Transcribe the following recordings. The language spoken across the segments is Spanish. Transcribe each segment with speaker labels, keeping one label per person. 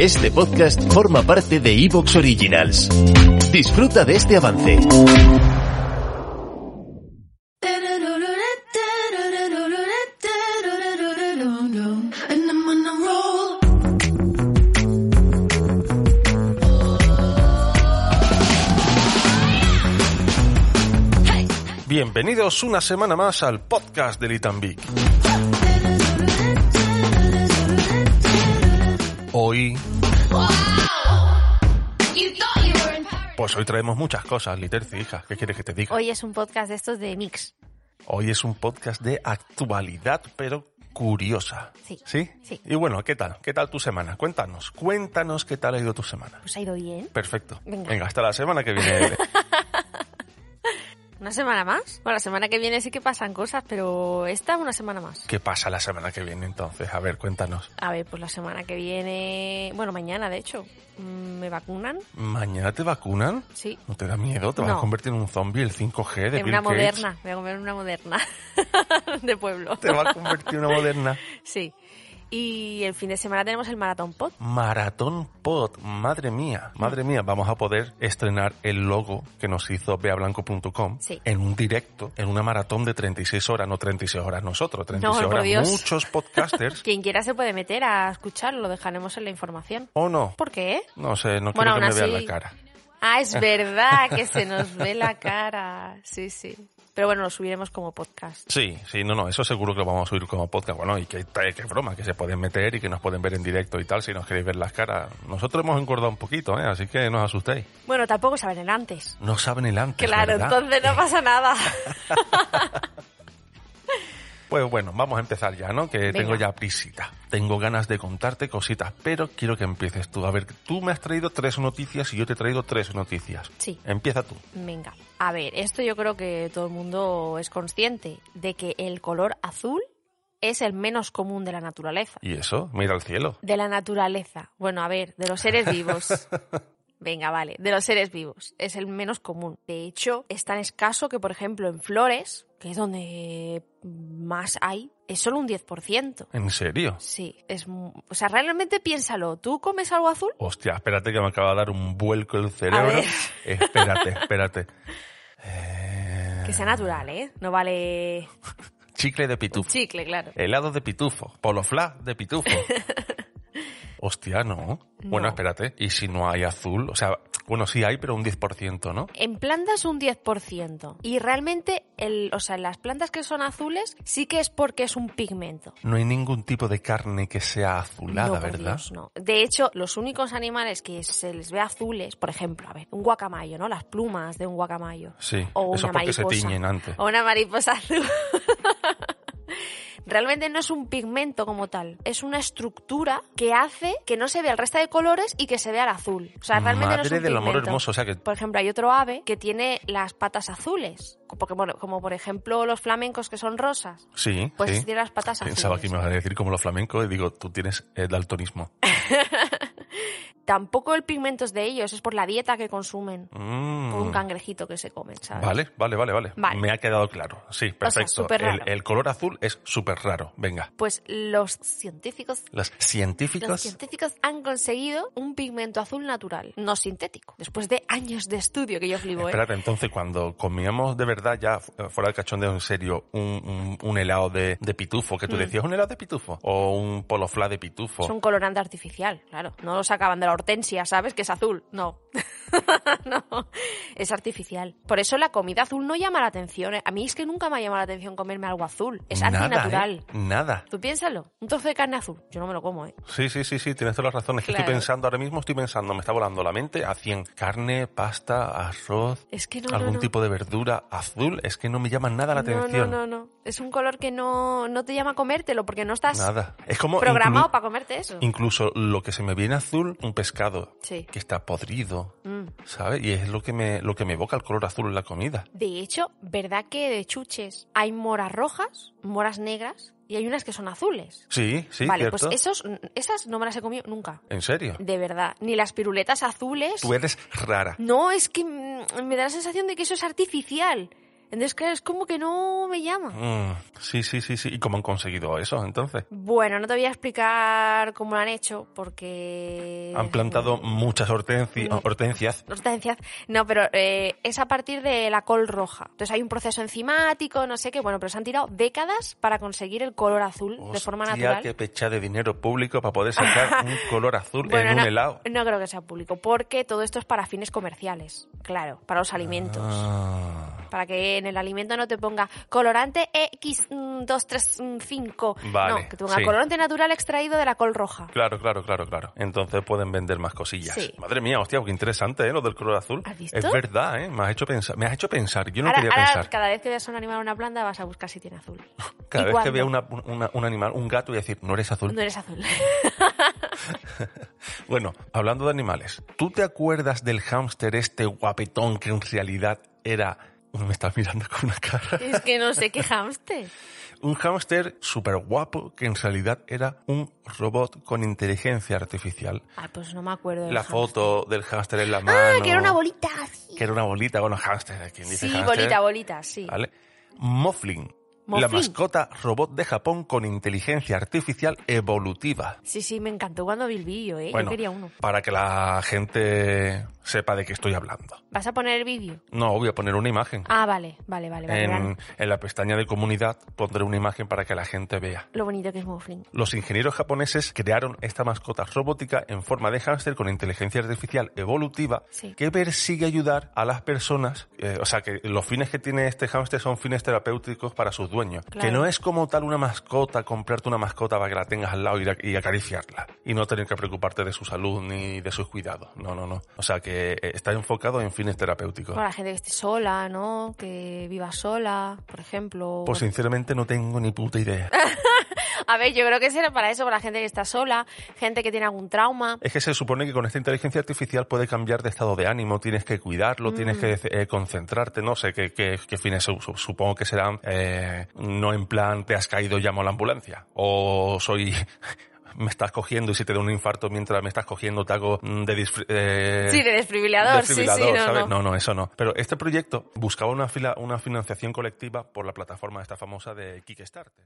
Speaker 1: Este podcast forma parte de Evox Originals. Disfruta de este avance.
Speaker 2: And I'm on a roll.
Speaker 3: Bienvenidos una semana más al podcast de Litambic. Hoy,
Speaker 2: You thought you were in Paris.
Speaker 3: pues hoy traemos muchas cosas, Literci, hija, ¿qué quieres que te diga?
Speaker 4: Hoy es un podcast de estos de mix.
Speaker 3: Hoy es un podcast de actualidad, pero curiosa.
Speaker 4: Sí.
Speaker 3: ¿Sí?
Speaker 4: Sí.
Speaker 3: Y bueno, ¿qué tal? ¿Qué tal tu semana? Cuéntanos, cuéntanos qué tal ha ido tu semana.
Speaker 4: Pues ha ido bien.
Speaker 3: Perfecto.
Speaker 4: Venga.
Speaker 3: hasta la semana que viene.
Speaker 4: ¿Una semana más? Bueno, la semana que viene sí que pasan cosas, pero esta una semana más.
Speaker 3: ¿Qué pasa la semana que viene entonces? A ver, cuéntanos.
Speaker 4: A ver, pues la semana que viene... Bueno, mañana, de hecho. mm, ¿Me vacunan?
Speaker 3: ¿Mañana te vacunan?
Speaker 4: Sí.
Speaker 3: ¿No te da miedo? ¿Te vas a
Speaker 4: No.
Speaker 3: convertir en un zombie el 5G de
Speaker 4: En
Speaker 3: Bill
Speaker 4: una
Speaker 3: Gates?
Speaker 4: moderna. Voy a comer una moderna. de pueblo.
Speaker 3: Te va a convertir en una moderna.
Speaker 4: Sí. Y el fin de semana tenemos el Maratón Pod.
Speaker 3: Maratón Pod, madre mía, madre mía, vamos a poder estrenar el logo que nos hizo beablanco.com
Speaker 4: Sí.
Speaker 3: en un directo, en una maratón de 36 horas, no 36 horas nosotros, 36
Speaker 4: por
Speaker 3: horas
Speaker 4: Dios.
Speaker 3: muchos podcasters,
Speaker 4: Quien quiera se puede meter a escucharlo. Lo dejaremos en la información.
Speaker 3: ¿o no?
Speaker 4: ¿Por qué?
Speaker 3: No sé, no
Speaker 4: Bueno,
Speaker 3: quiero que me
Speaker 4: aún
Speaker 3: vean la
Speaker 4: así-
Speaker 3: cara.
Speaker 4: Ah, es verdad que se nos ve la cara. Sí, sí. Pero bueno, lo subiremos como podcast.
Speaker 3: Sí, sí, no, no, eso seguro que lo vamos a subir como podcast. Bueno, y que, que broma, que se pueden meter y que nos pueden ver en directo y tal, si nos queréis ver las caras. Nosotros hemos engordado un poquito, ¿eh? así que no os asustéis.
Speaker 4: Bueno, tampoco saben el antes.
Speaker 3: No saben el antes.
Speaker 4: Claro,
Speaker 3: ¿verdad?
Speaker 4: entonces no pasa nada.
Speaker 3: Pues bueno, vamos a empezar ya, ¿no? Que
Speaker 4: Venga.
Speaker 3: tengo ya prisita. Tengo ganas de contarte cositas, pero quiero que empieces tú. A ver, tú me has traído tres noticias y yo te he traído tres noticias.
Speaker 4: Sí.
Speaker 3: Empieza tú.
Speaker 4: Venga, a ver, esto yo creo que todo el mundo es consciente de que el color azul es el menos común de la naturaleza.
Speaker 3: ¿Y eso? Mira al cielo.
Speaker 4: De la naturaleza. Bueno, a ver, de los seres vivos. Venga, vale, de los seres vivos. Es el menos común. De hecho, es tan escaso que, por ejemplo, en flores, que es donde más hay, es solo un 10%.
Speaker 3: ¿En serio?
Speaker 4: Sí, es... mu- O sea, realmente piénsalo. ¿Tú comes algo azul?
Speaker 3: Hostia, espérate que me acaba de dar un vuelco el cerebro.
Speaker 4: ver.
Speaker 3: Espérate, espérate.
Speaker 4: Que sea natural, ¿eh? No vale
Speaker 3: Chicle de pitufo.
Speaker 4: chicle, claro.
Speaker 3: Helado de pitufo. Polofla de pitufo. Hostia, no. Bueno,
Speaker 4: No.
Speaker 3: espérate. ¿Y si no hay azul? O sea, bueno, sí hay, pero un 10%, ¿no?
Speaker 4: En plantas un 10%. Y realmente, el, o sea, las plantas que son azules sí que es porque es un pigmento.
Speaker 3: No hay ningún tipo de carne que sea azulada,
Speaker 4: no, por
Speaker 3: ¿verdad?
Speaker 4: Dios, no. De hecho, los únicos animales que se les ve azules, por ejemplo, a ver, un guacamayo, ¿no? Las plumas de un guacamayo.
Speaker 3: Sí,
Speaker 4: O
Speaker 3: eso
Speaker 4: una
Speaker 3: porque se
Speaker 4: mariposa.
Speaker 3: tiñen antes.
Speaker 4: O una mariposa azul. Realmente no es un pigmento como tal, es una estructura que hace que no se vea el resto de colores y que se vea el azul. O sea, realmente no es
Speaker 3: Madre
Speaker 4: un
Speaker 3: del amor
Speaker 4: pigmento. Pues
Speaker 3: hermoso, o sea que-
Speaker 4: Por ejemplo, hay otro ave que tiene las patas azules, porque, bueno, como por ejemplo los flamencos que son rosas.
Speaker 3: Sí,
Speaker 4: Pues
Speaker 3: sí.
Speaker 4: tiene las patas
Speaker 3: Pensaba
Speaker 4: azules.
Speaker 3: que me ibas a decir como los flamencos y digo, tú tienes eh, daltonismo.
Speaker 4: Tampoco el pigmento es de ellos, es por la dieta que consumen,
Speaker 3: Mm.
Speaker 4: por un cangrejito que se comen, ¿sabes?
Speaker 3: Vale, vale, vale, vale,
Speaker 4: Vale.
Speaker 3: Me ha quedado claro. Sí, perfecto.
Speaker 4: súper
Speaker 3: el,
Speaker 4: raro.
Speaker 3: el color azul es súper raro. Venga,
Speaker 4: Pues los científicos
Speaker 3: las
Speaker 4: Los
Speaker 3: científicas.
Speaker 4: científicos han conseguido un pigmento azul natural, no sintético, después de años de estudio que yo flipo, ¿eh?
Speaker 3: Espérate, entonces, cuando comíamos de verdad, ya fu- eh, fuera del cachondeo, en serio, un, un- un helado de, de pitufo,
Speaker 4: Mm.
Speaker 3: que tú decías, ¿un helado de pitufo? O un polofla de pitufo.
Speaker 4: Es un colorante artificial, claro. No lo sacaban de la hortensia, ¿sabes? Que es azul. No. no. Es artificial. Por eso la comida azul no llama la atención. ¿eh? A mí es que nunca me ha llamado la atención comerme algo azul. Es
Speaker 3: Nada,
Speaker 4: antinatural.
Speaker 3: ¿eh? Nada.
Speaker 4: Tú piénsalo. Un trozo de carne azul. Yo no me lo como, ¿eh?
Speaker 3: Sí, sí, sí, sí, tienes todas las razones. que Estoy
Speaker 4: Claro.
Speaker 3: pensando, ahora mismo estoy pensando, me está volando la mente a 100. Carne, pasta, arroz,
Speaker 4: Es que no, no,
Speaker 3: algún
Speaker 4: no.
Speaker 3: tipo de verdura azul, es que no me llaman nada la
Speaker 4: no, no,
Speaker 3: atención.
Speaker 4: no, no. Es un color que no, no te llama a comértelo porque no estás
Speaker 3: Nada. Es como
Speaker 4: programado
Speaker 3: inclu-
Speaker 4: para comerte eso.
Speaker 3: incluso lo que se me viene azul, un pescado
Speaker 4: Sí.
Speaker 3: que está podrido,
Speaker 4: Mm.
Speaker 3: ¿sabes? Y es lo que me lo que me evoca el color azul en la comida.
Speaker 4: De hecho, ¿verdad que de chuches hay moras rojas, moras negras y hay unas que son azules?
Speaker 3: Sí, sí,
Speaker 4: vale,
Speaker 3: cierto.
Speaker 4: pues esos, esas no me las he comido nunca.
Speaker 3: En serio.
Speaker 4: De verdad. Ni las piruletas azules.
Speaker 3: Tú eres rara.
Speaker 4: No, es que mm, me da la sensación de que eso es artificial. Entonces, claro, es como que no me llama.
Speaker 3: Mm, sí, sí, sí, sí. ¿Y cómo han conseguido eso entonces?
Speaker 4: Bueno, no te voy a explicar cómo lo han hecho, porque...
Speaker 3: Han plantado
Speaker 4: pues,
Speaker 3: muchas hortensi-
Speaker 4: mm.
Speaker 3: hortensias.
Speaker 4: Hortensias. No, pero eh, es a partir de la col roja. Entonces hay un proceso enzimático, no sé qué, bueno, pero se han tirado décadas para conseguir el color azul de forma
Speaker 3: Hostia,
Speaker 4: natural.
Speaker 3: qué pecha de dinero público para poder sacar un color azul en
Speaker 4: Bueno,
Speaker 3: un
Speaker 4: no,
Speaker 3: helado.
Speaker 4: no creo que sea público, porque todo esto es para fines comerciales, claro, para los alimentos.
Speaker 3: Ah,
Speaker 4: Para que en el alimento no te ponga colorante mm, X235.
Speaker 3: Vale,
Speaker 4: no, que te ponga
Speaker 3: sí.
Speaker 4: colorante natural extraído de la col roja.
Speaker 3: claro, claro, claro, claro. Entonces pueden vender más cosillas.
Speaker 4: Sí.
Speaker 3: Madre mía, hostia, qué interesante, ¿eh? Lo del color azul.
Speaker 4: ¿Has visto?
Speaker 3: Es verdad, ¿eh? Me has hecho pensar. Me has hecho pensar. Yo no
Speaker 4: ahora,
Speaker 3: quería
Speaker 4: ahora
Speaker 3: pensar.
Speaker 4: cada vez que veas a un animal en una planta vas a buscar si tiene azul.
Speaker 3: Cada
Speaker 4: ¿Y
Speaker 3: vez que
Speaker 4: cuándo?
Speaker 3: vea una- una- un animal, un gato, y decir, no eres azul.
Speaker 4: No eres azul.
Speaker 3: Bueno, hablando de animales, ¿tú te acuerdas del hámster este guapetón que en realidad era... Uy, Me estás mirando con una cara.
Speaker 4: es que no sé qué hamster.
Speaker 3: Un hámster súper guapo que en realidad era un robot con inteligencia artificial.
Speaker 4: Ah, pues no me acuerdo. del
Speaker 3: La
Speaker 4: hámster.
Speaker 3: foto del hámster en la mano.
Speaker 4: Ah, que era una bolita. Sí,
Speaker 3: que era una bolita, bueno, hámster, quien dice
Speaker 4: Sí,
Speaker 3: hámster,
Speaker 4: bolita, bolita, sí.
Speaker 3: ¿Vale? Moflin, la
Speaker 4: Moflin.
Speaker 3: mascota robot de Japón con inteligencia artificial evolutiva.
Speaker 4: Sí, sí, me encantó cuando vi el vídeo, ¿eh?
Speaker 3: Bueno,
Speaker 4: Yo quería uno.
Speaker 3: para que la gente sepa de qué estoy hablando.
Speaker 4: ¿Vas a poner el vídeo?
Speaker 3: No, voy a poner una imagen.
Speaker 4: Ah, vale, vale, vale. vale
Speaker 3: en,
Speaker 4: verán
Speaker 3: en la pestaña de comunidad pondré una imagen para que la gente vea.
Speaker 4: Lo bonito que es Mofling.
Speaker 3: Los ingenieros japoneses crearon esta mascota robótica en forma de hámster con inteligencia artificial evolutiva
Speaker 4: Sí.
Speaker 3: que persigue ayudar a las personas, eh, o sea, que los fines que tiene este hámster son fines terapéuticos para sus dueños.
Speaker 4: Claro.
Speaker 3: Que no es como tal una mascota, comprarte una mascota para que la tengas al lado y, la- y acariciarla y no tener que preocuparte de su salud ni de sus cuidados. No, no, no. O sea, que eh, está enfocado en fines terapéuticos.
Speaker 4: Bueno, la gente que esté sola, ¿no? Que viva sola, por ejemplo.
Speaker 3: Pues sinceramente no tengo ni puta idea.
Speaker 4: A ver, yo creo que será para eso, para la gente que está sola, gente que tiene algún trauma.
Speaker 3: Es que se supone que con esta inteligencia artificial puede cambiar de estado de ánimo, tienes que cuidarlo, tienes
Speaker 4: Mm.
Speaker 3: que eh, concentrarte, no sé qué, qué- qué fines su- su- supongo que serán, eh, no en plan te has caído, llamo a la ambulancia, o soy... Me estás cogiendo y si te da un infarto mientras me estás cogiendo te hago mm, de disfr- eh,
Speaker 4: sí, de desfibrilador, sí, sí,
Speaker 3: desfibrilador,
Speaker 4: no,
Speaker 3: ¿sabes?
Speaker 4: no.
Speaker 3: No, eso no. Pero este proyecto buscaba una, fila- una financiación colectiva por la plataforma esta famosa de Kickstarter.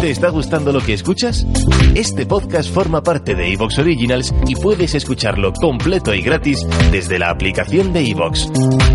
Speaker 1: ¿Te está gustando lo que escuchas? Este podcast forma parte de Evox Originals y puedes escucharlo completo y gratis desde la aplicación de Evox.